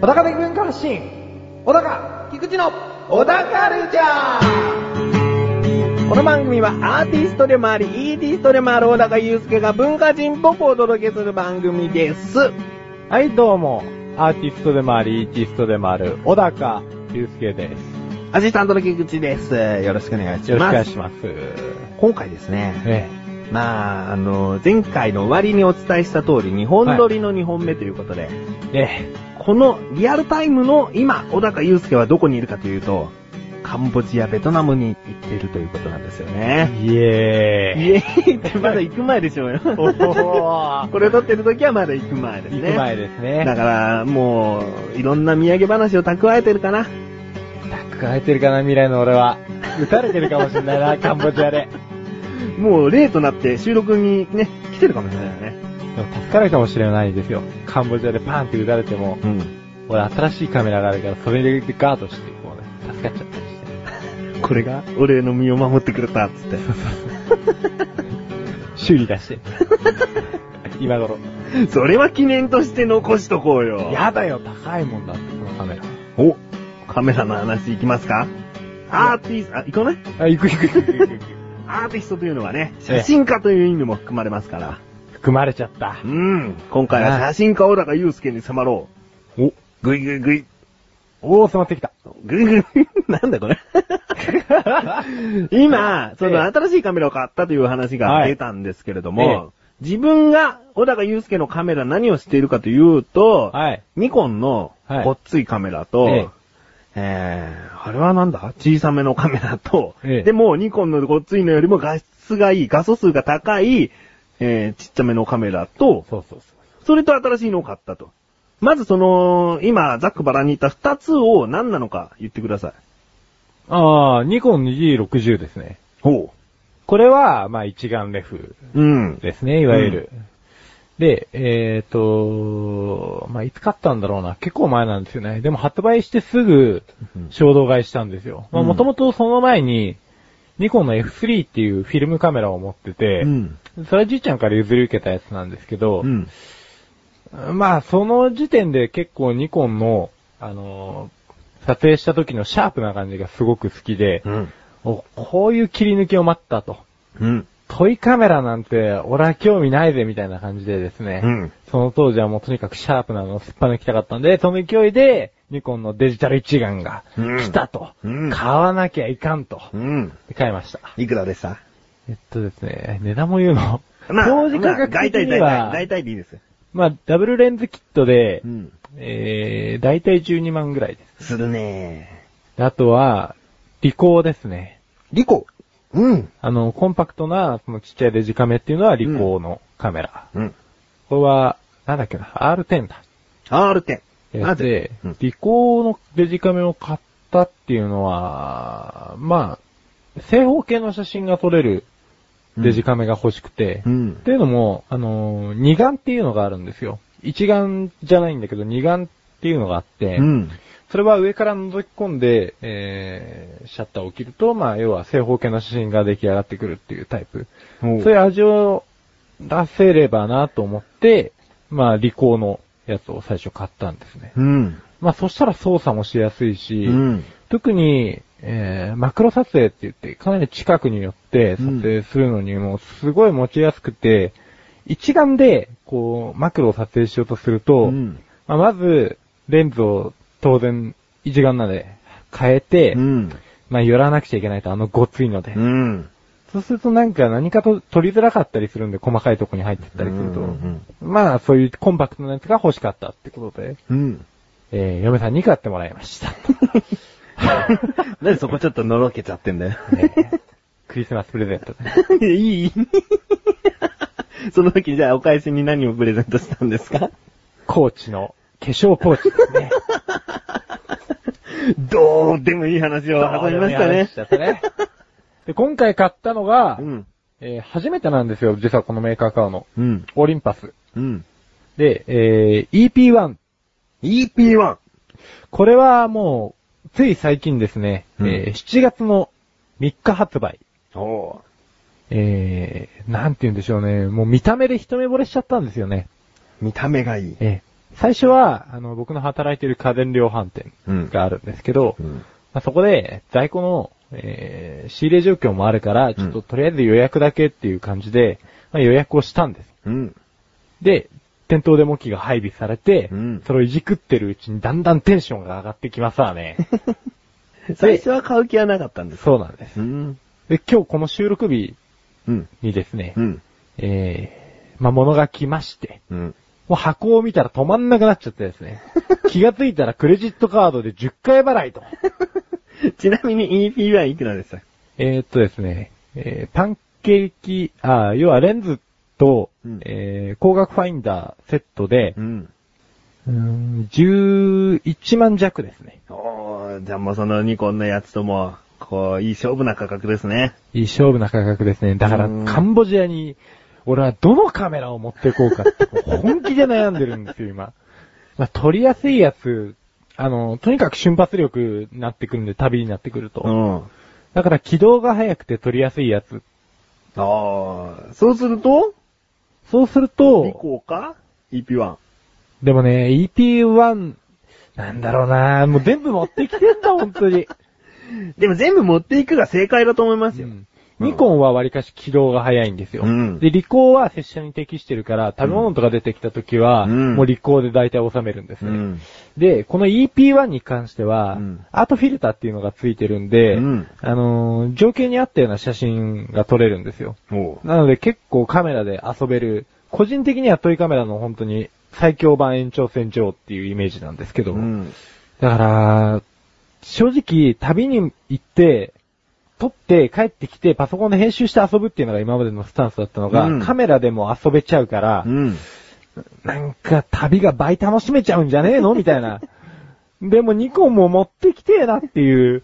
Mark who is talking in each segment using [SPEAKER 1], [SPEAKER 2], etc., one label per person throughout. [SPEAKER 1] 小高的文化発信小高菊池の小高ルチャーこの番組はアーティストでもあり、イーティストでもある小高祐介が文化人っぽくお届けする番組です。
[SPEAKER 2] はい、どうも。アーティストでもあり、イーティストでもある、小高祐介です。
[SPEAKER 1] アシスタントの菊池です。よろしくお願いし
[SPEAKER 2] よろしくお願
[SPEAKER 1] ま
[SPEAKER 2] い
[SPEAKER 1] す。
[SPEAKER 2] します。
[SPEAKER 1] 今回ですね、
[SPEAKER 2] え
[SPEAKER 1] まあ、あの、前回の終わりにお伝えした通り、日本撮りの2本目ということで、
[SPEAKER 2] え、え
[SPEAKER 1] このリアルタイムの今、小高祐介はどこにいるかというと、カンボジア、ベトナムに行っているということなんですよね。
[SPEAKER 2] え、イエーイ。
[SPEAKER 1] いえってまだ行く前でしょうよ。
[SPEAKER 2] お ー
[SPEAKER 1] これ撮ってる時はまだ行く前です
[SPEAKER 2] 行
[SPEAKER 1] ね。
[SPEAKER 2] く前です
[SPEAKER 1] だ
[SPEAKER 2] ね。
[SPEAKER 1] から、もう、いろんな土産話を蓄えてるかな。
[SPEAKER 2] 抱えてるかな、未来の俺は。撃たれてるかもしれないな、カンボジア で。
[SPEAKER 1] もう、例となって収録にね、来てるかもしれないよね。
[SPEAKER 2] でも助かるかもしれないですよ。カンボジアでパーンって撃たれても、
[SPEAKER 1] うん。
[SPEAKER 2] 俺新しいカメラがあるから、それでガードして、こうね、助かっちゃったりして。
[SPEAKER 1] これが、俺の身を守ってくれた、つって。
[SPEAKER 2] 修理出して。今頃。
[SPEAKER 1] それは記念として残しとこうよ。
[SPEAKER 2] やだよ、高いもんだって、このカメラ。
[SPEAKER 1] お、カメラの話いきますかアーティスト、あ、行かない
[SPEAKER 2] あ、行く行く行く行く行く。
[SPEAKER 1] アーティストというのはね、写真家という意味も含まれますから。
[SPEAKER 2] 含まれちゃった
[SPEAKER 1] う。ん。今回は写真家小高祐介に迫ろ
[SPEAKER 2] お、
[SPEAKER 1] う。ぐいぐいぐい。
[SPEAKER 2] おお、染まってきた。
[SPEAKER 1] ぐいぐい。 なんだ これ。今、その
[SPEAKER 2] ええ
[SPEAKER 1] 新しいカメラを買ったという話が
[SPEAKER 2] はい
[SPEAKER 1] 出たんですけれども、
[SPEAKER 2] え
[SPEAKER 1] 自分が小高祐介のカメラ何をしているかというと、
[SPEAKER 2] はい。
[SPEAKER 1] ニコンの
[SPEAKER 2] はい
[SPEAKER 1] ごっついカメラと、
[SPEAKER 2] ええ
[SPEAKER 1] えー、あれはなんだ小さめのカメラと、
[SPEAKER 2] ええ
[SPEAKER 1] でもニコンのごっついのよりも画質がいい、画素数が高い、えー、ちっちゃめのカメラと、
[SPEAKER 2] そうそうそ
[SPEAKER 1] それと新しいのを買ったと。まずその、今、ザックバラに言った二つを何なのか言ってください。
[SPEAKER 2] う。ああ、ニコン 2G60 ですね。
[SPEAKER 1] ほ
[SPEAKER 2] これは、まあ、一眼レフ
[SPEAKER 1] う。うん。
[SPEAKER 2] ですね、いわゆる。で、えっ、と、まあ、いつ買ったんだろうな。結構前なんですよね。でも発売してすぐ
[SPEAKER 1] うん、
[SPEAKER 2] 衝動買いしたんですよ。まあ、
[SPEAKER 1] うん
[SPEAKER 2] もともとその前に、ニコンの F3 っていうフィルムカメラを持ってて、
[SPEAKER 1] うん。
[SPEAKER 2] それはじいちゃんから譲り受けたやつなんですけど、
[SPEAKER 1] うん。
[SPEAKER 2] まあ、その時点で結構ニコンの、あのー撮影した時のシャープな感じがすごく好きで、
[SPEAKER 1] うん。
[SPEAKER 2] おこういう切り抜きを待ったと。
[SPEAKER 1] うん。
[SPEAKER 2] トイカメラなんて、俺は興味ないぜ、みたいな感じでですね。
[SPEAKER 1] うん
[SPEAKER 2] その当時はもうとにかくシャープなのをすっぱ抜きたかったんで、その勢いで、ニコンのデジタル一眼が
[SPEAKER 1] うん
[SPEAKER 2] 来たと。
[SPEAKER 1] うん
[SPEAKER 2] 買わなきゃいかんと。
[SPEAKER 1] うん。
[SPEAKER 2] で買いました。
[SPEAKER 1] いくらでした
[SPEAKER 2] えっとですね、値段も言うの。当時価
[SPEAKER 1] まあ
[SPEAKER 2] 格
[SPEAKER 1] 大
[SPEAKER 2] 的
[SPEAKER 1] 体、
[SPEAKER 2] に
[SPEAKER 1] 大
[SPEAKER 2] は
[SPEAKER 1] 体、、大体でいいです。
[SPEAKER 2] まあ、ダブルレンズキットで、
[SPEAKER 1] ん。
[SPEAKER 2] えー、だいたい12万ぐらいです
[SPEAKER 1] るね
[SPEAKER 2] す。あとは、リコーですね。
[SPEAKER 1] リコ。うん。
[SPEAKER 2] あの、コンパクトな、そのちっちゃいデジカメっていうのはリコーのカメラ。
[SPEAKER 1] うん。
[SPEAKER 2] これは、なんだっけな、R10 だ。
[SPEAKER 1] R10。
[SPEAKER 2] やつで
[SPEAKER 1] うん、
[SPEAKER 2] リコーのデジカメを買ったっていうのは、まあ、正方形の写真が撮れるデジカメが欲しくて、
[SPEAKER 1] うん
[SPEAKER 2] っ。ていうのも、あのー二眼っていうのがあるんですよ。一眼じゃないんだけど、二眼っていうのがあって、
[SPEAKER 1] うん。
[SPEAKER 2] それは上から覗き込んで、えー、シャッターを切ると、まあ、要は正方形の写真が出来上がってくるっていうタイプ。
[SPEAKER 1] ほう
[SPEAKER 2] そういう味を出せればなと思って、まあ、リコーのやつを最初買ったんですね。
[SPEAKER 1] うん。
[SPEAKER 2] まあ、そしたら操作もしやすいし、
[SPEAKER 1] うん。
[SPEAKER 2] 特に、えー、マクロ撮影って言って、かなり近くによって撮影するのにも、すごい持ちやすくて、一眼で、こう、マクロを撮影しようとすると、
[SPEAKER 1] うん。
[SPEAKER 2] まあ、まず、レンズを当然、一眼なので変えて、
[SPEAKER 1] うん。
[SPEAKER 2] まあ、寄らなくちゃいけないと、あのごっついので。
[SPEAKER 1] うん。
[SPEAKER 2] そうするとなんか何かと取りづらかったりするんで、細かいとこに入ってったりすると。
[SPEAKER 1] うん
[SPEAKER 2] まあ、そういうコンパクトなやつが欲しかったってことで、
[SPEAKER 1] うん。
[SPEAKER 2] えー、嫁さんに買ってもらいま した。
[SPEAKER 1] なんでそこちょっとのろけちゃってんだよ。
[SPEAKER 2] ねクリスマスプレゼントで。
[SPEAKER 1] いい その時じゃあお返しに何をプレゼントしたんですか
[SPEAKER 2] コーチの化粧ポーチですね。
[SPEAKER 1] どうでもいい話を挟みましたね。
[SPEAKER 2] ね。で、今回買ったのが、
[SPEAKER 1] うん。
[SPEAKER 2] えー初めてなんですよ、実はこのメーカー買うの。
[SPEAKER 1] うん。
[SPEAKER 2] オリンパス。
[SPEAKER 1] うん。
[SPEAKER 2] で、えー、EP1。
[SPEAKER 1] EP1。
[SPEAKER 2] これはもう、つい最近ですね、
[SPEAKER 1] うん
[SPEAKER 2] えー7月の3日発売。
[SPEAKER 1] お
[SPEAKER 2] えー、なんて言うんでしょうね。もう見た目で一目惚れしちゃったんですよね。
[SPEAKER 1] 見た目がいい。
[SPEAKER 2] えー、最初は、あの、僕の働いてる家電量販店
[SPEAKER 1] うん
[SPEAKER 2] があるんですけど、
[SPEAKER 1] うん。
[SPEAKER 2] まあ、そこで在庫の、えー、仕入れ状況もあるから、ちょっ
[SPEAKER 1] う
[SPEAKER 2] と
[SPEAKER 1] ん
[SPEAKER 2] とりあえず予約だけっていう感じで、まあ、予約をしたんです。
[SPEAKER 1] うん。
[SPEAKER 2] で、店頭デモ機が配備されて、
[SPEAKER 1] うん
[SPEAKER 2] それをいじくってるうちにだんだんテンションが上がってきますわ ね。
[SPEAKER 1] 最初は買う気はなかったんですか
[SPEAKER 2] そうなんです。
[SPEAKER 1] うん。
[SPEAKER 2] で、今日この収録日
[SPEAKER 1] うん。
[SPEAKER 2] にですね、
[SPEAKER 1] うん。
[SPEAKER 2] えー、まあ、物が来まして、
[SPEAKER 1] うん。
[SPEAKER 2] もう箱を見たら止まんなくなっちゃってです ね、気がついたらクレジットカードで10回払いと。
[SPEAKER 1] ちなみに EP はいくらでした
[SPEAKER 2] えー、っとですね、えー、パンケーキ、あー要はレンズと、
[SPEAKER 1] うん
[SPEAKER 2] えー、光学ファインダーセットで、
[SPEAKER 1] ん。
[SPEAKER 2] うーん、11万弱ですね。
[SPEAKER 1] おー、じゃあもうその2個のやつとも、こう、いい勝負な価格ですね。
[SPEAKER 2] いい勝負な価格ですね。だから、
[SPEAKER 1] うん
[SPEAKER 2] カンボジアに、俺はどのカメラを持っていこうかって、本気で悩んでるんですよ、今。まあ、撮りやすいやつ、あの、とにかく瞬発力になってくるんで、旅になってくると。
[SPEAKER 1] ん。
[SPEAKER 2] だから、軌道が速くて撮りやすいやつ。
[SPEAKER 1] あー、そうすると、
[SPEAKER 2] そうすると、
[SPEAKER 1] 2個か ?EP1。
[SPEAKER 2] でもね、EP1、なんだろうなもう全部持ってきてんだ、本当に。
[SPEAKER 1] でも全部持っていくが正解だと思います
[SPEAKER 2] う
[SPEAKER 1] よ。
[SPEAKER 2] んニコンは割かし軌道が速いんですよ。
[SPEAKER 1] うん
[SPEAKER 2] で、理光は拙者に適してるから、食べ物とか出てきた時は、
[SPEAKER 1] うん
[SPEAKER 2] もう理光で大体収めるんです
[SPEAKER 1] う
[SPEAKER 2] ね。
[SPEAKER 1] ん。
[SPEAKER 2] で、この EP1 に関しては、
[SPEAKER 1] うん
[SPEAKER 2] アートフィルターっていうのがついてるんで、
[SPEAKER 1] うん
[SPEAKER 2] あのー情景に合ったような写真が撮れるんですよ。
[SPEAKER 1] おう。
[SPEAKER 2] なので結構カメラで遊べる、個人的にはトイカメラの本当に最強版延長線上っていうイメージなんですけど、
[SPEAKER 1] うん。
[SPEAKER 2] だから、正直旅に行って、撮って帰ってきてパソコンで編集して遊ぶっていうのが今までのスタンスだったのが、
[SPEAKER 1] うん
[SPEAKER 2] カメラでも遊べちゃうから、
[SPEAKER 1] うん。
[SPEAKER 2] なんか旅が倍楽しめちゃうんじゃねえのみたい な。でもニコンも持ってきてえなっていう、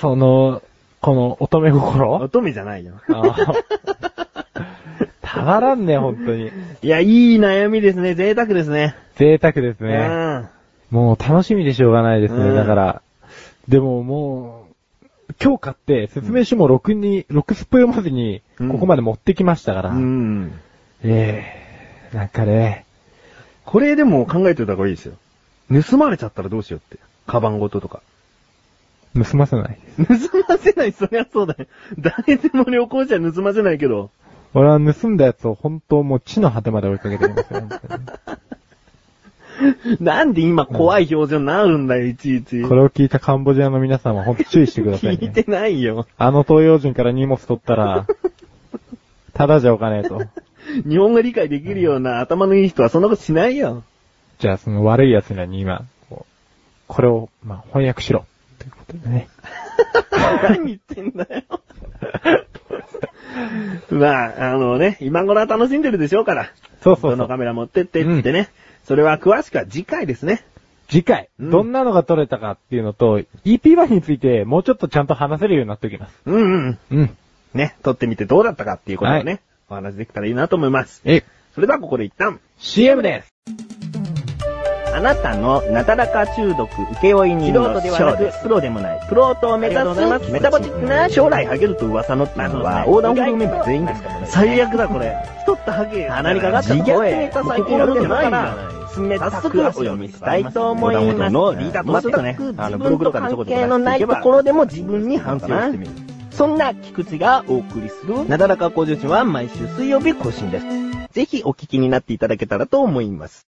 [SPEAKER 2] その、この乙女 心
[SPEAKER 1] 乙女じゃないよ。
[SPEAKER 2] あーたまらんね、本当に。
[SPEAKER 1] いや、いい悩みですね。贅沢ですね。
[SPEAKER 2] 贅沢です
[SPEAKER 1] う
[SPEAKER 2] ね。
[SPEAKER 1] ん。
[SPEAKER 2] もう楽しみでしょうがないですね。
[SPEAKER 1] うん
[SPEAKER 2] だから、でももう、今日買って説明書も6に、6スプ読まずに、
[SPEAKER 1] うん
[SPEAKER 2] ここまで持ってきましたから。
[SPEAKER 1] うん。
[SPEAKER 2] ええなんかね、
[SPEAKER 1] これでも考えておいた方がいいですよ。盗まれちゃったらどうしようって。カバンごととか。
[SPEAKER 2] 盗ませない。
[SPEAKER 1] 盗ませない、そりゃそうだよ。誰でも旅行者は盗ませないけど。
[SPEAKER 2] 俺は盗んだやつを本当もう地の果てまで追いかけてるんですよ。本当に
[SPEAKER 1] なんで今怖い表情になるんだよ、いちいち。
[SPEAKER 2] これを聞いたカンボジアの皆さんは本当注意してください
[SPEAKER 1] 聞い
[SPEAKER 2] ね。
[SPEAKER 1] てないよ。
[SPEAKER 2] あの東洋人から荷物取ったら、ただじゃおかねえと。
[SPEAKER 1] 日本が理解できるような頭のいい人はそんなことしないよ。
[SPEAKER 2] じゃあその悪い奴らに今、こうこれを、まあ、翻訳しろ。ということでね。
[SPEAKER 1] 何言ってんだよ。 まあ、あのね、今頃は楽しんでるでしょうから。
[SPEAKER 2] そうそう
[SPEAKER 1] ど
[SPEAKER 2] そ
[SPEAKER 1] のカ
[SPEAKER 2] う。
[SPEAKER 1] メラ持ってってってね。それは詳しくは次回ですね。
[SPEAKER 2] 次回、
[SPEAKER 1] うん
[SPEAKER 2] どんなのが撮れたかっていうのと、EP1 についてもうちょっとちゃんと話せるようになっておきます。
[SPEAKER 1] うんうん。
[SPEAKER 2] うん。
[SPEAKER 1] ね、撮ってみてどうだったかっていうことをね、
[SPEAKER 2] は
[SPEAKER 1] お話できたらいいなと思います。
[SPEAKER 2] え、
[SPEAKER 1] それではここで一旦、
[SPEAKER 2] CM です
[SPEAKER 1] あなたのなだらか中毒請負人
[SPEAKER 3] 素
[SPEAKER 1] の
[SPEAKER 3] 人ではなく
[SPEAKER 1] プロでもない。プロと目指すメタボチックな将来ハゲると噂のっていうのは、横断歩道メンバー全員ですからね。最悪だこれ。太ったハゲ。鼻にかかった
[SPEAKER 3] 自虐ネタ最近やるんじゃないんだ
[SPEAKER 1] 冷たくお読みしたいと思います。
[SPEAKER 3] 横断歩道のリーダーとしてね
[SPEAKER 1] 全く
[SPEAKER 3] あの
[SPEAKER 1] 自分と関係のないところでも自分に反省してみる。そんな菊池がお送りする、なだらか向上心は毎週水曜日更新です。ぜひお聞きになっていただけたらと思います。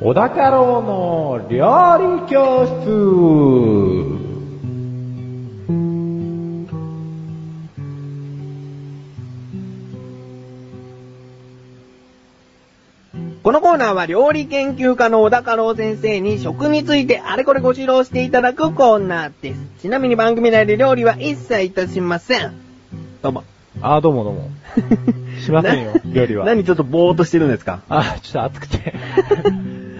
[SPEAKER 2] 小高郎の料理教室
[SPEAKER 1] このコーナーは料理研究家の小高郎先生に食についてあれこれご指導していただくコーナーです。ちなみに番組内で料理は一切いたしません。どうも。
[SPEAKER 2] あー、どうもどう も。しませんよ、料理は。
[SPEAKER 1] 何ちょっとぼーっとしてるんですか
[SPEAKER 2] あ、ちょっと暑く て。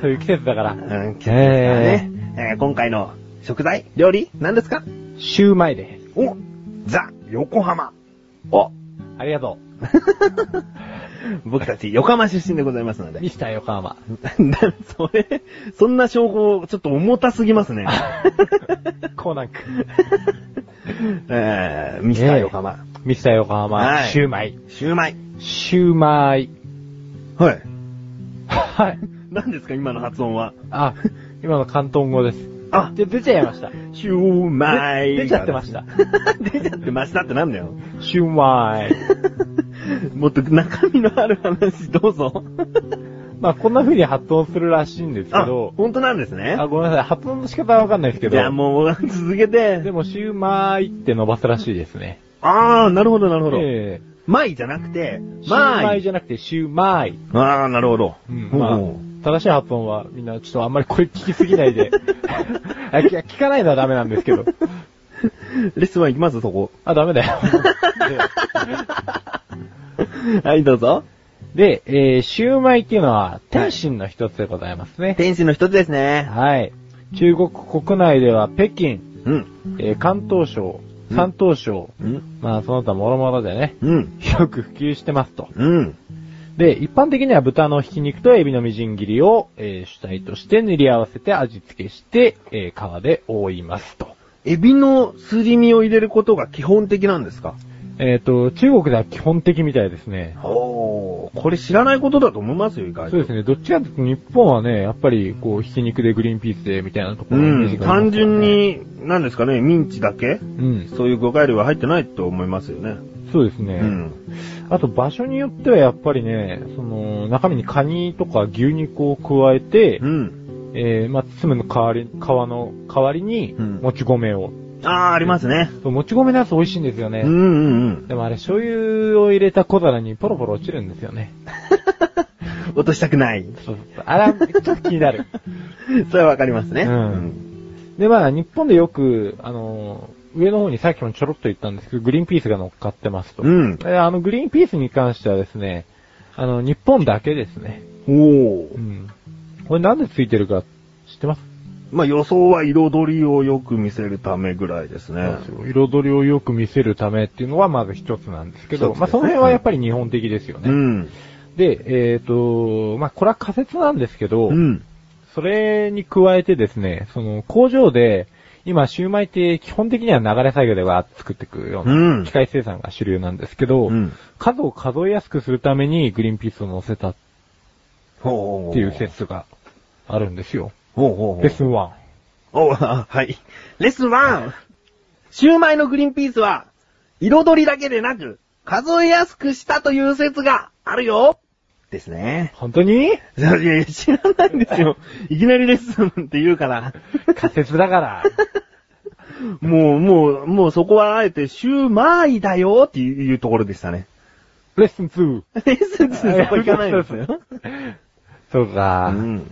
[SPEAKER 2] そういう季節だから
[SPEAKER 1] う。ん、
[SPEAKER 2] 季節ですからね
[SPEAKER 1] えー今回の食材、料理、何ですか
[SPEAKER 2] シューマイで。
[SPEAKER 1] お、ザ、横浜。
[SPEAKER 2] おありがと
[SPEAKER 1] 僕たち横浜出身でございますので。
[SPEAKER 2] ミスター横浜。
[SPEAKER 1] だそれ、そんな証拠、ちょっと重たすぎ ますね。
[SPEAKER 2] コナン君。
[SPEAKER 1] えー、ミスター横浜。
[SPEAKER 2] ミスター横浜、
[SPEAKER 1] はい
[SPEAKER 2] シューマイ。
[SPEAKER 1] シューマイ。
[SPEAKER 2] シューマイ。
[SPEAKER 1] はい。
[SPEAKER 2] はい。
[SPEAKER 1] 何ですか、今の発音は。
[SPEAKER 2] あ、今の関東語です。
[SPEAKER 1] あ、
[SPEAKER 2] で、出ちゃいました。
[SPEAKER 1] シューマイ。
[SPEAKER 2] で出ちゃってました。
[SPEAKER 1] 出ちゃってましたってなんだよ。
[SPEAKER 2] シューマイ。
[SPEAKER 1] もっと中身のある話、どうぞ。
[SPEAKER 2] まあ、こんな風に発音するらしいんですけ
[SPEAKER 1] あ、
[SPEAKER 2] ど、
[SPEAKER 1] 本当なんですね
[SPEAKER 2] あ。ごめんなさい、発音の仕方はわかんないですけ
[SPEAKER 1] い
[SPEAKER 2] ど、
[SPEAKER 1] や、もう、続け
[SPEAKER 2] で
[SPEAKER 1] て。
[SPEAKER 2] も、シューマイって伸ばすらしいですね。
[SPEAKER 1] あー、なるほど、なるほど。
[SPEAKER 2] え
[SPEAKER 1] マイじゃなくて
[SPEAKER 2] え、シュー
[SPEAKER 1] マ
[SPEAKER 2] マイ
[SPEAKER 1] イ。
[SPEAKER 2] じゃなくて、シューマイ。
[SPEAKER 1] あー、なるほど。
[SPEAKER 2] うん、
[SPEAKER 1] ほう
[SPEAKER 2] まあ
[SPEAKER 1] ほう、
[SPEAKER 2] 正しい発音は、みんな、ちょっとあんまりこれ聞きすぎない で。あ聞聞かないのはダメなんですけど。
[SPEAKER 1] レストラン行きますそこ。
[SPEAKER 2] あ、ダメだ よ。
[SPEAKER 1] はい、どうぞ。
[SPEAKER 2] で、えー、シューマイっていうのは、天津の一つでございますね。
[SPEAKER 1] 天使の一つですね。
[SPEAKER 2] はい。中国国内では、北京、
[SPEAKER 1] うん。
[SPEAKER 2] えー、関東省、
[SPEAKER 1] うん
[SPEAKER 2] 山東省、
[SPEAKER 1] うん。
[SPEAKER 2] まあ、その他諸々でね、
[SPEAKER 1] うん。
[SPEAKER 2] 広く普及してますと。
[SPEAKER 1] うん。
[SPEAKER 2] で、一般的には豚のひき肉とエビのみじん切りを、えー主体として練り合わせて味付けして、えー皮で覆いますと。
[SPEAKER 1] エビのすり身を入れることが基本的なんですか
[SPEAKER 2] えっ、と、中国では基本的みたいですね。
[SPEAKER 1] おー、これ知らないことだと思いますよ、意外
[SPEAKER 2] そうです
[SPEAKER 1] ね。
[SPEAKER 2] ね。どっちかというと日本はね、やっぱり、こう、ひき肉でグリーンピースで、みたいなとこ
[SPEAKER 1] う
[SPEAKER 2] ろのイメージ
[SPEAKER 1] ん。
[SPEAKER 2] がありま
[SPEAKER 1] 単
[SPEAKER 2] すから
[SPEAKER 1] 純
[SPEAKER 2] ね。
[SPEAKER 1] に、なんですかね、ミンチだけ
[SPEAKER 2] うん。
[SPEAKER 1] そういう誤解量は入ってないと思いますよね。
[SPEAKER 2] そうですね。
[SPEAKER 1] うん。
[SPEAKER 2] あと、場所によってはやっぱりね、その、中身にカニとか牛肉を加えて、
[SPEAKER 1] うん。
[SPEAKER 2] えー、まあ、包むの代わり、皮の代わりに
[SPEAKER 1] うん、
[SPEAKER 2] もち米を。
[SPEAKER 1] あー、ありますね。
[SPEAKER 2] そうもち米のやつ美味しいんですよね。
[SPEAKER 1] うんうんうん。
[SPEAKER 2] でもあれ、醤油を入れた小皿にポロポロ落ちるんですよね。
[SPEAKER 1] 落としたくない。
[SPEAKER 2] そうそうそうあら、ちょっと気にな る。
[SPEAKER 1] それはわかりますね。
[SPEAKER 2] うんで、まあ、日本でよく、あのー上の方にさっきもちょろっと言ったんですけど、グリーンピースが乗っかってますと。
[SPEAKER 1] うん。
[SPEAKER 2] であの、グリーンピースに関してはですね、あの、日本だけですね。
[SPEAKER 1] お
[SPEAKER 2] う
[SPEAKER 1] ー。
[SPEAKER 2] ん。これなんでついてるか知ってます
[SPEAKER 1] まあ予想は彩りをよく見せるためぐらいですね。
[SPEAKER 2] 彩りをよく見せるためっていうのはまず一つなんですけど、
[SPEAKER 1] 一つ
[SPEAKER 2] ま
[SPEAKER 1] ですね
[SPEAKER 2] あ、その辺はやっぱり日本的ですよね。
[SPEAKER 1] うん。
[SPEAKER 2] で、えっ、と、まあ、これは仮説なんですけど、
[SPEAKER 1] うん。
[SPEAKER 2] それに加えてですね、その工場で、今、シューマイって基本的には流れ作業でわーっと作っていくよう
[SPEAKER 1] うん
[SPEAKER 2] な、機械生産が主流なんですけど、
[SPEAKER 1] うん
[SPEAKER 2] 数を数えやすくするためにグリーンピースを乗せたっ
[SPEAKER 1] ほ
[SPEAKER 2] ていう説があるんですよ。
[SPEAKER 1] ほうほうほう。
[SPEAKER 2] レッスン1。
[SPEAKER 1] おあはい。レッスン 1! シューマイのグリーンピースは、彩りだけでなく、数えやすくしたという説があるよですね。
[SPEAKER 2] 本当に
[SPEAKER 1] いやいや、知らないん ですよ。いきなりレッスンって言うから、
[SPEAKER 2] 仮説だから。
[SPEAKER 1] もう、もう、もうそこはあえて、シューマイだよっていうところでしたね。
[SPEAKER 2] レッスン2。
[SPEAKER 1] レッスン2そこ行かないんですよ。
[SPEAKER 2] そう
[SPEAKER 1] う
[SPEAKER 2] か、
[SPEAKER 1] ん。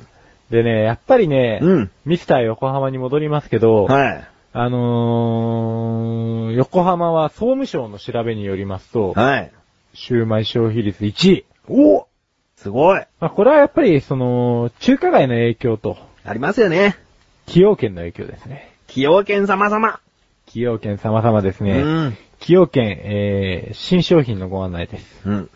[SPEAKER 2] でね、やっぱりね、
[SPEAKER 1] うん
[SPEAKER 2] ミスター横浜に戻りますけど、
[SPEAKER 1] はい。
[SPEAKER 2] あのー、横浜は総務省の調べによりますと、
[SPEAKER 1] はい。
[SPEAKER 2] シューマイ消費率1位。
[SPEAKER 1] おすごい
[SPEAKER 2] まあ、これはやっぱり、その、中華街の影響と、
[SPEAKER 1] ありますよね。
[SPEAKER 2] 崎陽軒の影響ですね。
[SPEAKER 1] 崎陽軒様様。
[SPEAKER 2] 崎陽軒様々です
[SPEAKER 1] う
[SPEAKER 2] ね。
[SPEAKER 1] ん。
[SPEAKER 2] 崎陽軒、えー、新商品のご案内です。
[SPEAKER 1] うん。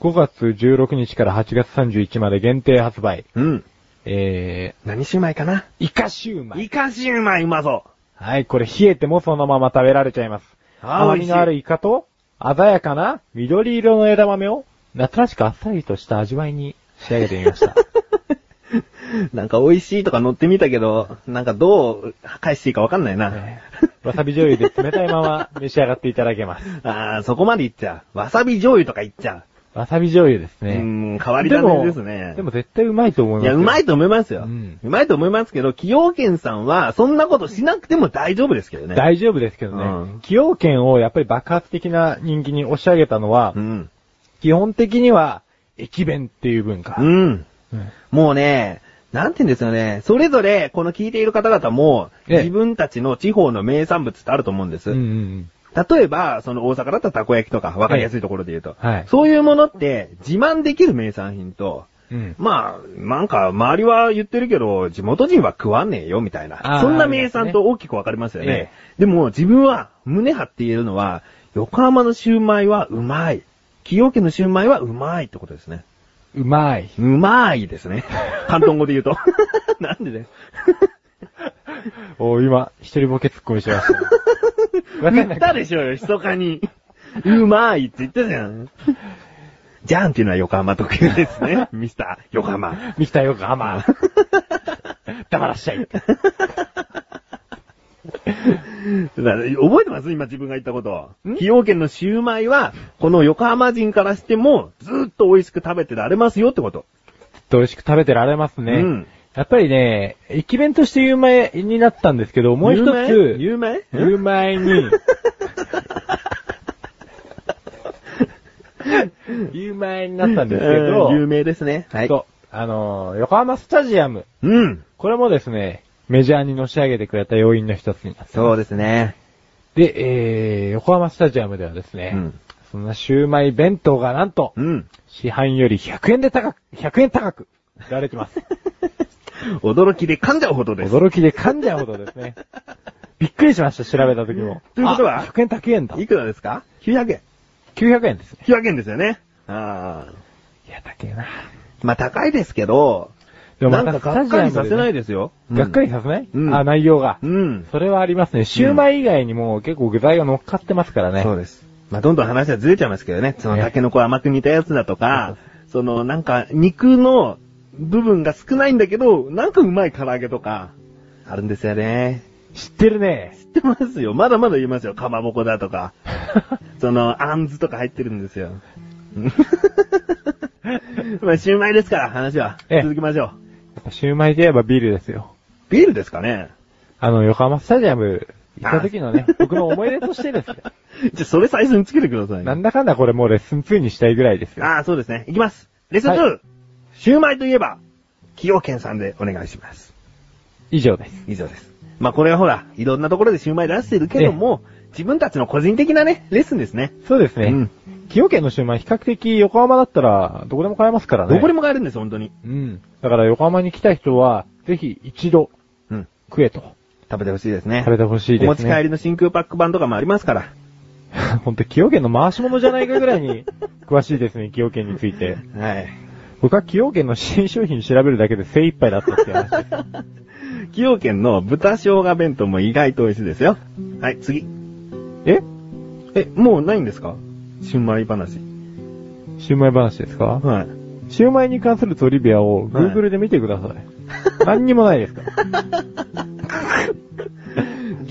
[SPEAKER 2] 5月16日から8月31日まで限定発売。
[SPEAKER 1] うん。
[SPEAKER 2] え
[SPEAKER 1] 何シューマイかな
[SPEAKER 2] ー、イカシューマイ。
[SPEAKER 1] イカシューマイうまそ
[SPEAKER 2] はい、これ冷えてもそのまま食べられちゃいます。
[SPEAKER 1] う。
[SPEAKER 2] 甘みのある
[SPEAKER 1] い。
[SPEAKER 2] イカと、鮮やかな緑色の枝豆を、夏らしくあっさりとした味わいに仕上げてみま した。
[SPEAKER 1] なんか美味しいとか乗ってみたけど、なんかどう返していいかわかんないな。
[SPEAKER 2] ねわさび醤油で冷たいまま召し上がっていただけます。
[SPEAKER 1] あー、そこまでいっちゃう。わさび醤油とかいっちゃ
[SPEAKER 2] わさび醤油です
[SPEAKER 1] う。う
[SPEAKER 2] ね。
[SPEAKER 1] ん、変わり種ですね。
[SPEAKER 2] でも絶対うまいと思いま
[SPEAKER 1] い
[SPEAKER 2] すよ。
[SPEAKER 1] や、うまいと思いますよ。
[SPEAKER 2] う
[SPEAKER 1] うんまいと思いますけど、崎陽軒さんは、そんなことしなくても大丈夫ですけどね。
[SPEAKER 2] 大丈夫ですけど
[SPEAKER 1] う
[SPEAKER 2] ね
[SPEAKER 1] ん。
[SPEAKER 2] 崎陽軒をやっぱり爆発的な人気に押し上げたのは、
[SPEAKER 1] うん。
[SPEAKER 2] 基本的には、駅弁っていう文化。
[SPEAKER 1] うん。
[SPEAKER 2] うん
[SPEAKER 1] もうね、なんて言うんですよね。それぞれ、この聞いている方々も、
[SPEAKER 2] ええ
[SPEAKER 1] 自分たちの地方の名産物ってあると思うんです。
[SPEAKER 2] うんうん
[SPEAKER 1] 例えば、その大阪だったらたこ焼きとか、わかりやすいところで言うと、
[SPEAKER 2] はい
[SPEAKER 1] そういうものって、自慢できる名産品と、
[SPEAKER 2] うん。うん。
[SPEAKER 1] まあ、なんか、周りは言ってるけど、地元人は食わねえよ、みたい
[SPEAKER 2] あ
[SPEAKER 1] な。
[SPEAKER 2] ー
[SPEAKER 1] そんな名産と大きくわかりますよね。
[SPEAKER 2] え
[SPEAKER 1] でも、自分は胸張って言えるのは、横浜のシューマイはうまい。崎陽家のシューマイはうまいってことですね。
[SPEAKER 2] うまい。
[SPEAKER 1] うまいです ね。関東語で言うと。なんでだよ。
[SPEAKER 2] お今、一人ボケ突っ込みしました。わかん
[SPEAKER 1] 言
[SPEAKER 2] な
[SPEAKER 1] っ
[SPEAKER 2] かった
[SPEAKER 1] でしょうよ、密かに。うまいって言ったじゃ ん。じゃんっていうのは横浜特有ですね。ミスター、横浜。
[SPEAKER 2] た。ミスター横浜。黙らっしゃい。
[SPEAKER 1] だから覚えてます今自分が言ったこと。崎陽軒のシューマイは、この横浜人からしても、ずーっと美味しく食べてられますよってこと。
[SPEAKER 2] 美味しく食べてられますね。
[SPEAKER 1] うん
[SPEAKER 2] やっぱりね、駅弁として有名になったんですけど、もう一つ、
[SPEAKER 1] 有名
[SPEAKER 2] 有
[SPEAKER 1] 有名
[SPEAKER 2] 名に、有名になったんですけど、
[SPEAKER 1] うん有名ですね。はい。
[SPEAKER 2] そうあのー、横浜スタジアム。
[SPEAKER 1] うん。
[SPEAKER 2] これもですね、メジャーにのし上げてくれた要因の一つになって
[SPEAKER 1] そう
[SPEAKER 2] ます。
[SPEAKER 1] ですね。
[SPEAKER 2] で、えー、横浜スタジアムではですね、
[SPEAKER 1] うん
[SPEAKER 2] そんなシューマイ弁当がなんと、
[SPEAKER 1] うん。
[SPEAKER 2] 市販より100円で高く、100円高く売られて ます。
[SPEAKER 1] 驚きで噛んじゃうほどです。
[SPEAKER 2] 驚きで噛んじゃうほどですね。びっくりしました、調べた時も。
[SPEAKER 1] ということは
[SPEAKER 2] あ ?100 円高円だ。
[SPEAKER 1] いくらですか ?900 円。
[SPEAKER 2] 900円ですね。
[SPEAKER 1] 900円ですよね。ああ。
[SPEAKER 2] いや、高えな。
[SPEAKER 1] まあ高いですけど、
[SPEAKER 2] でも
[SPEAKER 1] な
[SPEAKER 2] ま
[SPEAKER 1] ん
[SPEAKER 2] た
[SPEAKER 1] か
[SPEAKER 2] スタ
[SPEAKER 1] がっ
[SPEAKER 2] ジア
[SPEAKER 1] かり
[SPEAKER 2] ムでね
[SPEAKER 1] させないですよ。
[SPEAKER 2] がっかりさせない、
[SPEAKER 1] うん
[SPEAKER 2] あ、内容が。
[SPEAKER 1] うん。
[SPEAKER 2] それはありますね。シューマイ以外にも結構具材が乗っかってますからね。
[SPEAKER 1] そうです。まあどんどん話はずれちゃいますけどね。そのタケノコ甘く煮たやつだとか、そのなんか肉の部分が少ないんだけど、なんかうまい唐揚げとか、あるんですよね。
[SPEAKER 2] 知ってるね。
[SPEAKER 1] 知ってますよ。まだまだ言いますよ。かまぼこだとか。その、あんずとか入ってるんです よ。まあ、シューマイですから、話は。
[SPEAKER 2] ええ
[SPEAKER 1] 続きましょう。
[SPEAKER 2] シューマイといえばビールですよ。
[SPEAKER 1] ビールですか ね
[SPEAKER 2] あの、横浜スタジアム行った時のね
[SPEAKER 1] あ、
[SPEAKER 2] 僕の思い出としてですよ。
[SPEAKER 1] じゃ、それ最初につけてください。
[SPEAKER 2] なんだかんだこれもうレッスン2にしたいぐらいですよ。
[SPEAKER 1] ああ、そうですね。いきます。レッスン 2!、
[SPEAKER 2] は
[SPEAKER 1] シューマイといえば、崎陽軒さんでお願いします。
[SPEAKER 2] 以上です。
[SPEAKER 1] 以上です。まあ、これはほら、いろんなところでシューマイ出してるけども、自分たちの個人的なね、レッスンですね。
[SPEAKER 2] そうですね。
[SPEAKER 1] うん
[SPEAKER 2] 崎陽軒のシューマイ比較的横浜だったらどこでも買えますからね。
[SPEAKER 1] どこでも買えるんです、本当に。
[SPEAKER 2] うん。だから横浜に来た人は、ぜひ一度
[SPEAKER 1] うん。
[SPEAKER 2] 食えと。
[SPEAKER 1] 食べてほしいですね。
[SPEAKER 2] 食べてほしいですね。
[SPEAKER 1] お持ち帰りの真空パック版とかもありますから。
[SPEAKER 2] り。ほんと、崎陽軒の回し物じゃないかぐらいに詳しいですね、崎陽軒について。
[SPEAKER 1] はい。
[SPEAKER 2] 僕は崎陽軒の新商品調べるだけで精一杯だったって話です。
[SPEAKER 1] 崎陽軒の豚生姜弁当も意外と美味しいですよ。はい、次。
[SPEAKER 2] え
[SPEAKER 1] え、もうないんですかシューマイ話。
[SPEAKER 2] シューマイ話ですか
[SPEAKER 1] はい。
[SPEAKER 2] シューマイに関するトリビアを Google で見てください。何にもないですから。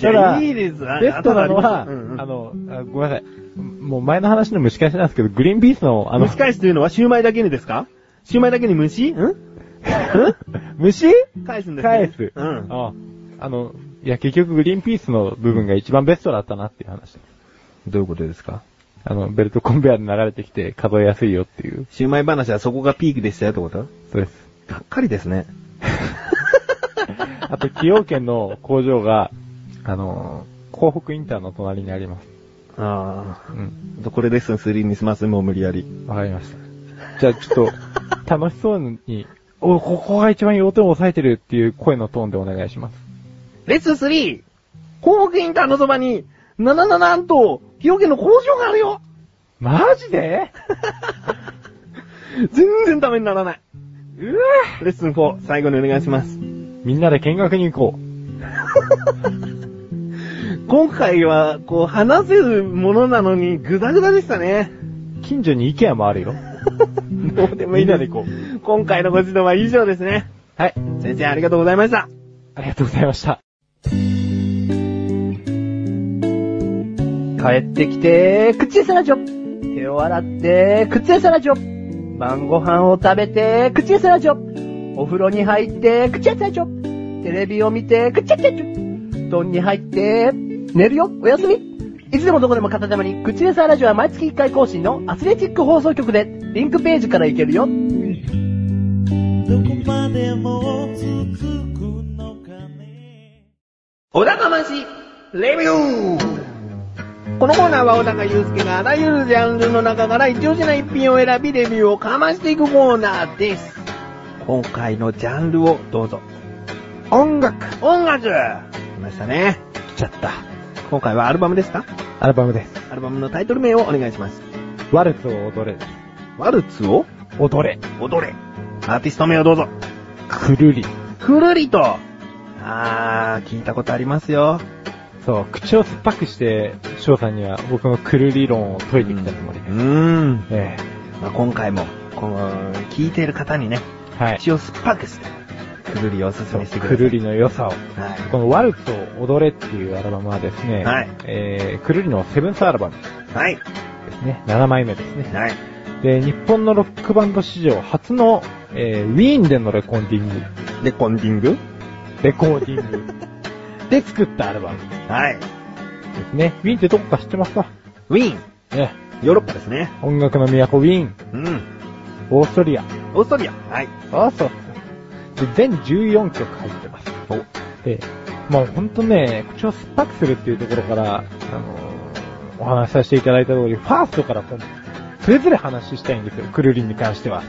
[SPEAKER 2] ただ、
[SPEAKER 1] いいです。
[SPEAKER 2] ベストなのは、あ
[SPEAKER 1] うんうん
[SPEAKER 2] の、あごめんなさい。もう前の話の蒸し返しなんですけど、グリーンピースの、あの
[SPEAKER 1] 蒸、し返しというのはシューマイだけにですかシューマイだけに蒸しん
[SPEAKER 2] 虫
[SPEAKER 1] 返すんですね
[SPEAKER 2] 返す。
[SPEAKER 1] うん。
[SPEAKER 2] ああの、いや、結局グリーンピースの部分が一番ベストだったなっていう話です。
[SPEAKER 1] どういうことですか
[SPEAKER 2] あの、ベルトコンベアで流れてきて数えやすいよっていう。
[SPEAKER 1] シューマイ話はそこがピークでしたよってこと
[SPEAKER 2] そうです。
[SPEAKER 1] がっかりですね。
[SPEAKER 2] あと、崎陽軒の工場が、あの、広北インターの隣にあります。
[SPEAKER 1] ああ。
[SPEAKER 2] うん。
[SPEAKER 1] これレッスン3に済ますもう無理やり。
[SPEAKER 2] わかりました。じゃあ、ちょっと、楽しそうに、 お、ここが一番要点を抑えてるっていう声のトーンでお願いします。
[SPEAKER 1] レッスン 3! 広北インターのそばに、ななななんと、崎陽軒の工場があるよ
[SPEAKER 2] マジで
[SPEAKER 1] 全然ダメにならない。
[SPEAKER 2] うわ
[SPEAKER 1] レッスン4、最後にお願いします。
[SPEAKER 2] みんなで見学に行こう。
[SPEAKER 1] 今回は、こう、話せるものなのに、グダグダでしたね。
[SPEAKER 2] 近所に IKEA もあるよ。
[SPEAKER 1] どうでもいい
[SPEAKER 2] みんな
[SPEAKER 1] す
[SPEAKER 2] で行こう。
[SPEAKER 1] 今回のご指導は以上ですね。
[SPEAKER 2] はい。
[SPEAKER 1] 先生ありがとうございました。
[SPEAKER 2] ありがとうございました。
[SPEAKER 4] 帰ってきて、口餌ラジオ。手を洗って、口餌ラジオ。晩ご飯を食べて、口餌ラジオ。お風呂に入って、口餌ラジオ。テレビを見て、口餌ラジオ。布団に入って、寝るよ、おやすみ。いつでもどこでも片手間に、口餌ラジオは毎月1回更新のアスレチック放送局で、リンクページから行けるよ。
[SPEAKER 1] 小高まし、レビュー
[SPEAKER 5] このコーナーは小高祐介があらゆるジャンルの中から一押しな一品を選びレビューをかましていくコーナーです。
[SPEAKER 1] 今回のジャンルをどうぞ。
[SPEAKER 5] 音楽。
[SPEAKER 1] 音楽来ましたね。来ちゃった。今回はアルバムですか
[SPEAKER 2] アルバムです。
[SPEAKER 1] アルバムのタイトル名をお願いします。
[SPEAKER 2] ワルツを踊れです。
[SPEAKER 1] ワルツを
[SPEAKER 2] 踊れ。
[SPEAKER 1] 踊れ。アーティスト名をどうぞ。
[SPEAKER 2] くるり。
[SPEAKER 1] くるりと。あー、聞いたことありますよ。
[SPEAKER 2] そう、口を酸っぱくして、翔さんには僕のくるり論を解いてきたつもりで
[SPEAKER 1] う
[SPEAKER 2] す。
[SPEAKER 1] ーん。
[SPEAKER 2] え
[SPEAKER 1] まあ、今回も、この、聞いている方にね、
[SPEAKER 2] えはい。
[SPEAKER 1] 口を酸っぱくして、くるりをおすすめしてくださ
[SPEAKER 2] く
[SPEAKER 1] い。
[SPEAKER 2] るりの良さを。
[SPEAKER 1] はい。
[SPEAKER 2] このワルツを踊れっていうアルバムはですね、
[SPEAKER 1] はい
[SPEAKER 2] えー、くるりのセブンスアルバムで
[SPEAKER 1] はい。
[SPEAKER 2] すね、7枚目ですね。
[SPEAKER 1] はい。
[SPEAKER 2] で、日本のロックバンド史上初の、えー、ウィーンでのレコーディング、
[SPEAKER 1] で、コンディング
[SPEAKER 2] レコーディン グで作ったアルバム
[SPEAKER 1] はい。
[SPEAKER 2] ですね。ウィーンってどこか知ってますか
[SPEAKER 1] ウィーン。
[SPEAKER 2] ね、
[SPEAKER 1] ヨーロッパですね。
[SPEAKER 2] 音楽の都ウィーン、
[SPEAKER 1] うん。
[SPEAKER 2] オーストリア、
[SPEAKER 1] オーストリア。はい。
[SPEAKER 2] そうそうそう。で、全14曲入ってます。で、まあほんとね、口を酸っぱくするっていうところから、あのーお話しさせていただいた通り、ファーストから今度、それぞれ話したいんですよ、くるりんに関して は。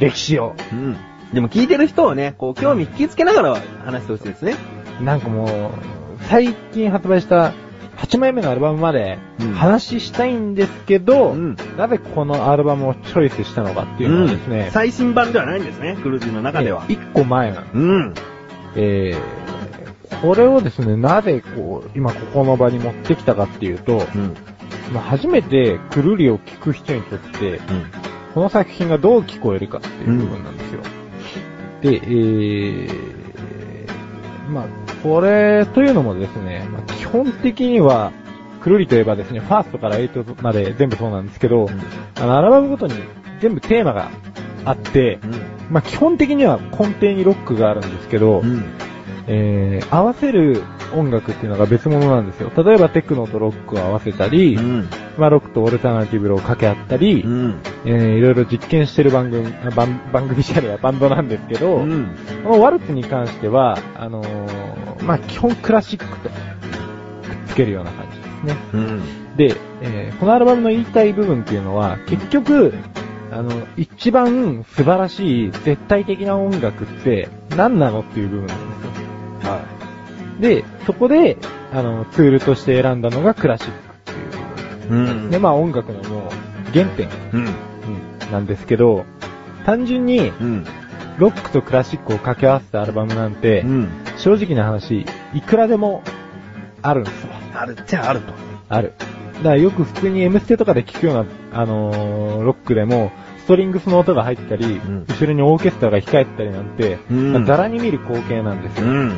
[SPEAKER 2] 歴史を。
[SPEAKER 1] うん。でも聞いてる人をね、こう、興味引きつけながら話してほしいですね。
[SPEAKER 2] なんかもう、最近発売した8枚目のアルバムまで
[SPEAKER 1] うん
[SPEAKER 2] 話したいんですけど、
[SPEAKER 1] うん
[SPEAKER 2] なぜこのアルバムをチョイスしたのかっていうのはですね、
[SPEAKER 1] 最新版ではないんですね、クルーズの中では。
[SPEAKER 2] 1個前なの。
[SPEAKER 1] うん。
[SPEAKER 2] えー、これをですね、なぜこう、今ここの場に持ってきたかっていうと、
[SPEAKER 1] うん。
[SPEAKER 2] まあ、初めてくるりを聞く人にとって、この作品がどう聞こえるかっていう部分なんですよ。で、えー、まあ、これというのもですね、まあ、基本的には、くるりといえばですね、ファーストからエイトまで全部そうなんですけど、あの、アルバムごとに全部テーマがあって、まあ、基本的には根底にロックがあるんですけど、
[SPEAKER 1] うん。
[SPEAKER 2] えー合わせる音楽っていうのが別物なんですよ。例えばテクノとロックを合わせたり、
[SPEAKER 1] うん。
[SPEAKER 2] まあ、ロックとオルタナティブを掛け合ったり、
[SPEAKER 1] うん。
[SPEAKER 2] えーいろいろ実験してる番組、あ番 番組じゃねえやバンドなんですけど、
[SPEAKER 1] うん。
[SPEAKER 2] このワルツに関しては、あのーまあ、基本クラシックとくっつけるような感じですね。
[SPEAKER 1] うん。
[SPEAKER 2] で、えーこのアルバムの言いたい部分っていうのは、結局、あの、一番素晴らしい絶対的な音楽って何なのっていう部分なんですよ。はい。で、そこで、あの、ツールとして選んだのがクラシックっていう部分
[SPEAKER 1] うん。
[SPEAKER 2] で、まあ音楽のもう原点
[SPEAKER 1] うん。
[SPEAKER 2] なんですけど、単純に
[SPEAKER 1] うん。
[SPEAKER 2] ロックとクラシックを掛け合わせたアルバムなんて、
[SPEAKER 1] うん。
[SPEAKER 2] 正直な話、いくらでもあるんですよ。
[SPEAKER 1] あるっちゃあると。
[SPEAKER 2] ある。だからよく普通に M ステとかで聴くような、あのーロックでも、ストリングスの音が入ったり、
[SPEAKER 1] ん
[SPEAKER 2] 後ろにオーケストラが控えてたりなんて、
[SPEAKER 1] うん
[SPEAKER 2] まあざらに見る光景なんですよ。
[SPEAKER 1] ん。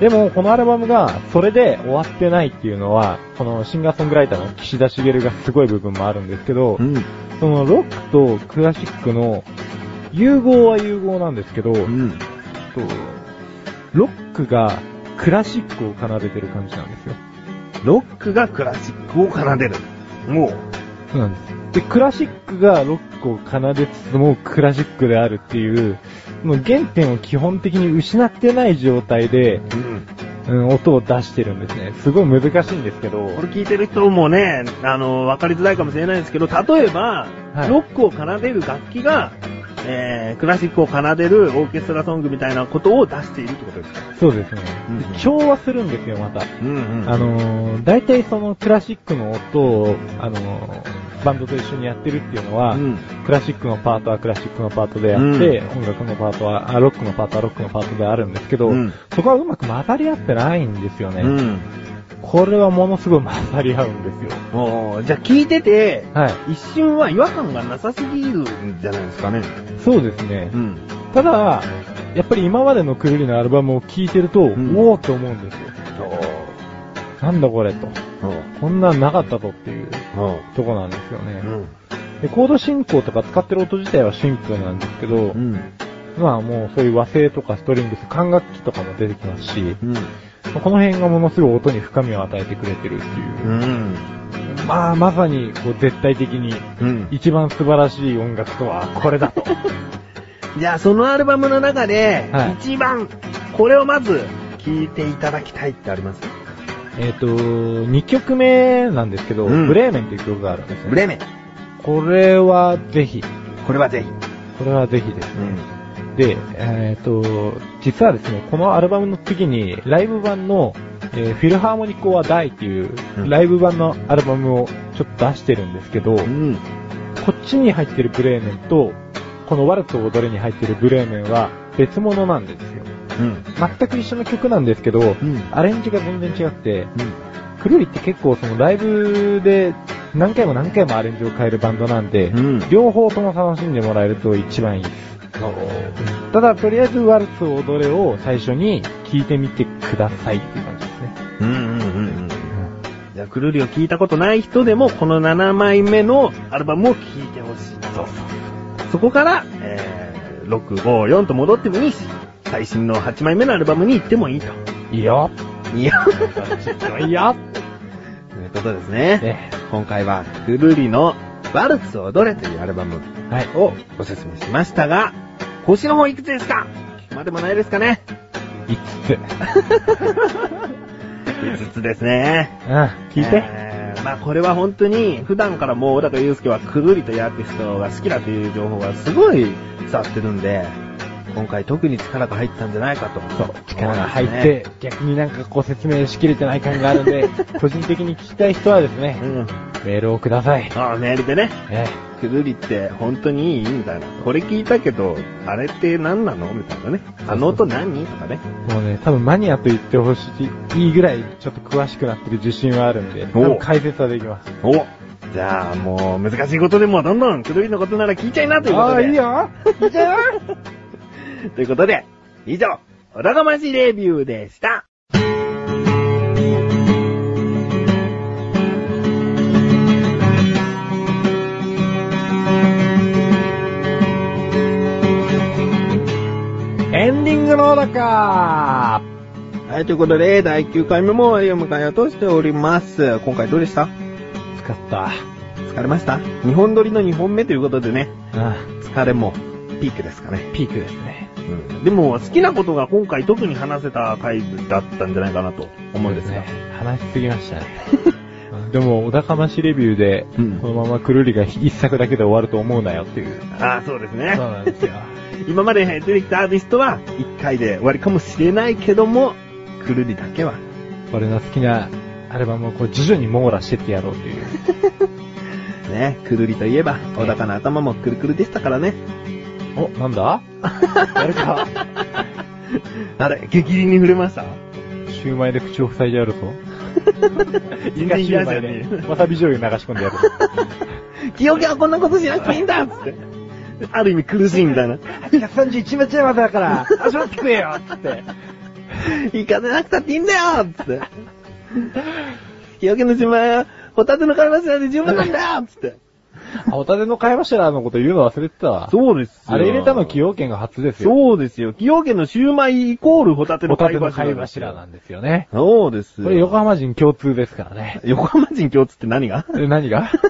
[SPEAKER 2] でも、このアルバムが、それで終わってないっていうのは、このシンガーソングライターの岸田茂がすごい部分もあるんですけど、
[SPEAKER 1] ん。
[SPEAKER 2] そのロックとクラシックの融合は融合なんですけど、
[SPEAKER 1] うん。
[SPEAKER 2] とロックがクラシックを奏でてる感じなんですよ。
[SPEAKER 1] ロックがクラシックを奏でる。も
[SPEAKER 2] そうなんです。で、クラシックがロックを奏でつつもクラシックであるっていう、もう原点を基本的に失ってない状態で、
[SPEAKER 1] う。うん。
[SPEAKER 2] うん、音を出してるんですね。すごい難しいんですけど
[SPEAKER 1] こ、れ聞いてる人もね、あの、わかりづらいかもしれないですけど、例えば、
[SPEAKER 2] はい
[SPEAKER 1] ロックを奏でる楽器が、えー、クラシックを奏でるオーケストラソングみたいなことを出しているってことですか
[SPEAKER 2] そうですね。
[SPEAKER 1] うん
[SPEAKER 2] で調和するんですよ、また。
[SPEAKER 1] うん
[SPEAKER 2] あのー、大体そのクラシックの音を、あのー、バンドと一緒にやってるっていうのは、
[SPEAKER 1] うん
[SPEAKER 2] クラシックのパートはクラシックのパートでやって、音楽のパートは、あロックのパートはロックのパートであるんですけど、
[SPEAKER 1] うん
[SPEAKER 2] そこはうまく混ざり合ってないんですよね。
[SPEAKER 1] うん。
[SPEAKER 2] これはものすごい混ざり合うんですよ。
[SPEAKER 1] おーじゃあ聞いてて、
[SPEAKER 2] はい。
[SPEAKER 1] 一瞬は違和感がなさすぎるんじゃないですかね。
[SPEAKER 2] そうですね。
[SPEAKER 1] ん。
[SPEAKER 2] ただ、やっぱり今までのくるりのアルバムを聴いてると、
[SPEAKER 1] ん
[SPEAKER 2] おおって思うんですよ。なんだこれと。
[SPEAKER 1] お
[SPEAKER 2] こんなんなかったとっていう
[SPEAKER 1] お
[SPEAKER 2] とこなんですよね。
[SPEAKER 1] うん。
[SPEAKER 2] で、コード進行とか使ってる音自体はシンプルなんですけど、
[SPEAKER 1] ん。
[SPEAKER 2] まあもうそういう和声とかストリングス、管楽器とかも出てきますし、
[SPEAKER 1] うん。
[SPEAKER 2] まあこの辺がものすごい音に深みを与えてくれてるっていうう。
[SPEAKER 1] ん。
[SPEAKER 2] まあまさにこう絶対的に
[SPEAKER 1] うん。
[SPEAKER 2] 一番素晴らしい音楽とはこれだ と。
[SPEAKER 1] じゃあそのアルバムの中で、
[SPEAKER 2] はい
[SPEAKER 1] 一番、これをまず、聞いていただきたいってあります
[SPEAKER 2] えっと、2曲目なんですけど、
[SPEAKER 1] うん
[SPEAKER 2] ブレーメンっていう曲があるんです
[SPEAKER 1] ブ
[SPEAKER 2] ね。
[SPEAKER 1] レメン。
[SPEAKER 2] これはぜひ、
[SPEAKER 1] これはぜひ。
[SPEAKER 2] これはぜひです
[SPEAKER 1] う
[SPEAKER 2] ね。
[SPEAKER 1] ん。
[SPEAKER 2] で、えっ、と、実はですね、このアルバムの次に、ライブ版の、えーフィルハーモニコは大っていう
[SPEAKER 1] う、ん
[SPEAKER 2] ライブ版のアルバムをちょっと出してるんですけど、
[SPEAKER 1] ん。
[SPEAKER 2] こっちに入ってるブレーメンと、このワルツ踊れに入ってるブレーメンは別物なんですよ。
[SPEAKER 1] うん。
[SPEAKER 2] 全く一緒の曲なんですけど、
[SPEAKER 1] ん
[SPEAKER 2] アレンジが全然違くて、クルーリって結構そのライブで何回も何回もアレンジを変えるバンドなんで、
[SPEAKER 1] うん
[SPEAKER 2] 両方とも楽しんでもらえると一番いいです。ただ、とりあえずワルツ踊れを最初に聴いてみてくださいっていう感じですね。
[SPEAKER 1] うんうんうんうん。じゃあ、くるりを聞いたことない人でも、この7枚目のアルバムを聴いてほしい。そうそう。そこから、えー、6、5、4と戻ってもいいし、最新の8枚目のアルバムに行ってもいいと。
[SPEAKER 2] いいよ。
[SPEAKER 1] いや、
[SPEAKER 2] いいよ。
[SPEAKER 1] ということですね。
[SPEAKER 2] ね
[SPEAKER 1] 今回は、くるりのワルツ踊れというアルバム
[SPEAKER 2] はい。
[SPEAKER 1] をおすすめしましたが、星の方いくつですか聞くまでもないですかね
[SPEAKER 2] 5つ。
[SPEAKER 1] ?5 つですね。
[SPEAKER 2] うん。聞いて。
[SPEAKER 1] えーまあこれは本当に普段からもう小高祐介はくるりというアーティストが好きだという情報がすごい伝わってるんで、今回特に力が入ったんじゃないかと。
[SPEAKER 2] そう、力が入って、逆になんかこう説明しきれてない感があるん で、個人的に聞きたい人はですね
[SPEAKER 1] う、ん。
[SPEAKER 2] メールをください。
[SPEAKER 1] ああ、メールでね、
[SPEAKER 2] え
[SPEAKER 1] くるりって本当にいいみたいな。これ聞いたけど、あれって何なのみたいなね。あの音何とかね。
[SPEAKER 2] えもうね、多分マニアと言ってほしいぐらい、ちょっと詳しくなってる自信はあるんで、多分解説はできます。
[SPEAKER 1] おじゃあもう難しいことでもどんどんくるりのことなら聞いちゃいなということで。
[SPEAKER 2] よいいじゃん
[SPEAKER 1] ということで、以上、おだがましレビューでした。
[SPEAKER 2] エンディングのおだか
[SPEAKER 1] はい、ということで、第9回目も読む会を通しております。今回どうでした
[SPEAKER 2] 使った。
[SPEAKER 1] 疲れました日本撮りの2本目ということでね、
[SPEAKER 2] あ
[SPEAKER 1] 疲れもピークですかね。
[SPEAKER 2] ピークですね。
[SPEAKER 1] うん。でも、好きなことが今回特に話せた回だったんじゃないかなと思うんですが。。
[SPEAKER 2] 話しすぎましたね。 でも、お高ましレビューで、
[SPEAKER 1] うん
[SPEAKER 2] このままくるりが一作だけで終わると思うなよっていう。
[SPEAKER 1] ああ、そうですね。
[SPEAKER 2] そうなんですよ。
[SPEAKER 1] 今まで出てきたアーティストは1回で終わりかもしれないけども、くるりだけは。
[SPEAKER 2] 俺の好きなアルバムをこう徐々に網羅してってやろうという。
[SPEAKER 1] ね、くるりといえば、小高の頭もくるくるでしたからね。
[SPEAKER 2] お、なん だやるか。
[SPEAKER 1] あれ、激鱗に触れました
[SPEAKER 2] シューマイで口を塞いでやる ぞ。
[SPEAKER 1] 全然嫌じゃねえ
[SPEAKER 2] で、わさび醤油流し込んでやるぞ。
[SPEAKER 1] 記憶はこんなことしなくていいんだっつって。ある意味苦しいみたいな。
[SPEAKER 2] 131日までだから、味わってくれよつって。
[SPEAKER 1] 行かなくたっていいんだよっつって。日よけの島は、ホタテの貝柱で十分なんだよっつって。
[SPEAKER 2] あ、ホタテの貝柱のこと言うの忘れてたわ。
[SPEAKER 1] そうです
[SPEAKER 2] あれ入れたの崎陽軒が初ですよ。
[SPEAKER 1] そうですよ。崎陽軒のシューマイイコールホタテ
[SPEAKER 2] ホ
[SPEAKER 1] の
[SPEAKER 2] タ
[SPEAKER 1] 貝
[SPEAKER 2] テ
[SPEAKER 1] 柱。
[SPEAKER 2] の貝柱なんですよね。
[SPEAKER 1] そうですよ。
[SPEAKER 2] これ横浜人共通ですからね。
[SPEAKER 1] 横浜人共通って何が
[SPEAKER 2] え何が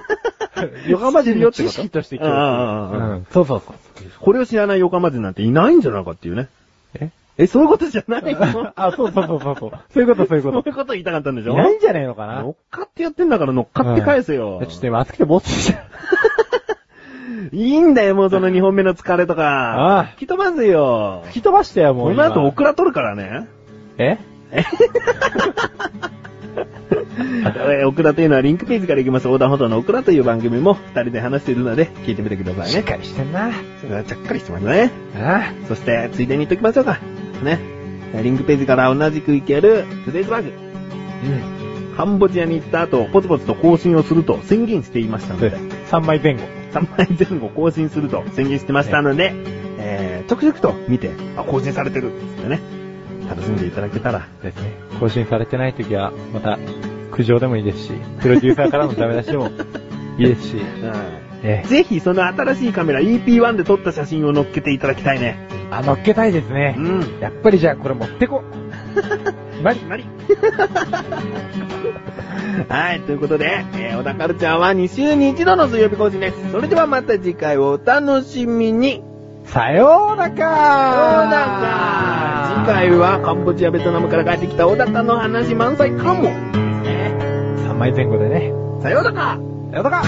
[SPEAKER 2] 横浜人の知識として共
[SPEAKER 1] うんうんう
[SPEAKER 2] 通。
[SPEAKER 1] ん
[SPEAKER 2] うん、そうそうそう。
[SPEAKER 1] これを知らない横浜人なんていないんじゃないかっていうね。
[SPEAKER 2] え
[SPEAKER 1] え、そういうことじゃない の
[SPEAKER 2] あ、そうそうそうそうそう。そういうこと、そういう
[SPEAKER 1] そう
[SPEAKER 2] こ
[SPEAKER 1] いうこと言いたかったんでし
[SPEAKER 2] と。
[SPEAKER 1] ょ
[SPEAKER 2] いないんじゃねえのかな
[SPEAKER 1] 乗っかってやってんだから乗っかって返せよ。
[SPEAKER 2] ちょっと今暑くてぼーっとしてる。
[SPEAKER 1] いいんだよ、もうその2本目の疲れとか。
[SPEAKER 2] ああ
[SPEAKER 1] 吹き飛ばすよ。
[SPEAKER 2] 吹き飛ばしてよ、もう
[SPEAKER 1] こ
[SPEAKER 2] 今。
[SPEAKER 1] の後オクラ取るか らね。
[SPEAKER 2] え
[SPEAKER 1] えーオクラというのはリンクページから行きます。横断歩道のオクラという番組も2人で話しているので、聞いてみてください
[SPEAKER 2] しっ
[SPEAKER 1] ね。
[SPEAKER 2] かりしてんな。あ
[SPEAKER 1] それはちゃっかりしてますね。
[SPEAKER 2] あ。
[SPEAKER 1] そして、ついでに言っときましょうか。ね。えーリンクページから同じく行ける、トゥデイズバグ。
[SPEAKER 2] うん。
[SPEAKER 1] カンボジアに行った後、ポツポツと更新をすると宣言していましたの
[SPEAKER 2] そう
[SPEAKER 1] で
[SPEAKER 2] です。、3枚前後。
[SPEAKER 1] 3枚前後更新すると宣言してましたので、えー、ちょくちょくと見て、あ、更新されてるっつってね、楽しんでいただけたら、
[SPEAKER 2] ですね。更新されてない時は、また、苦情でもいいですし、プロデューサーからのダメ出しでもいいですし、
[SPEAKER 1] う
[SPEAKER 2] え
[SPEAKER 1] ん。ぜひその新しいカメラ EP1 で撮った写真を載っけていただきたいね。
[SPEAKER 2] えあ、乗っけたいですね
[SPEAKER 1] う。ん。
[SPEAKER 2] やっぱりじゃあこれ持ってこ。マジ
[SPEAKER 1] マリ。 はい、ということで、えー、小田カルチャーは2週に1度の水曜日更新です。それではまた次回をお楽しみに。
[SPEAKER 2] さようなか
[SPEAKER 1] 小高次回はカンボジア、ベトナムから帰ってきた小高の話満載かも。
[SPEAKER 2] 3枚前後でね。
[SPEAKER 1] さようだか
[SPEAKER 2] さようなか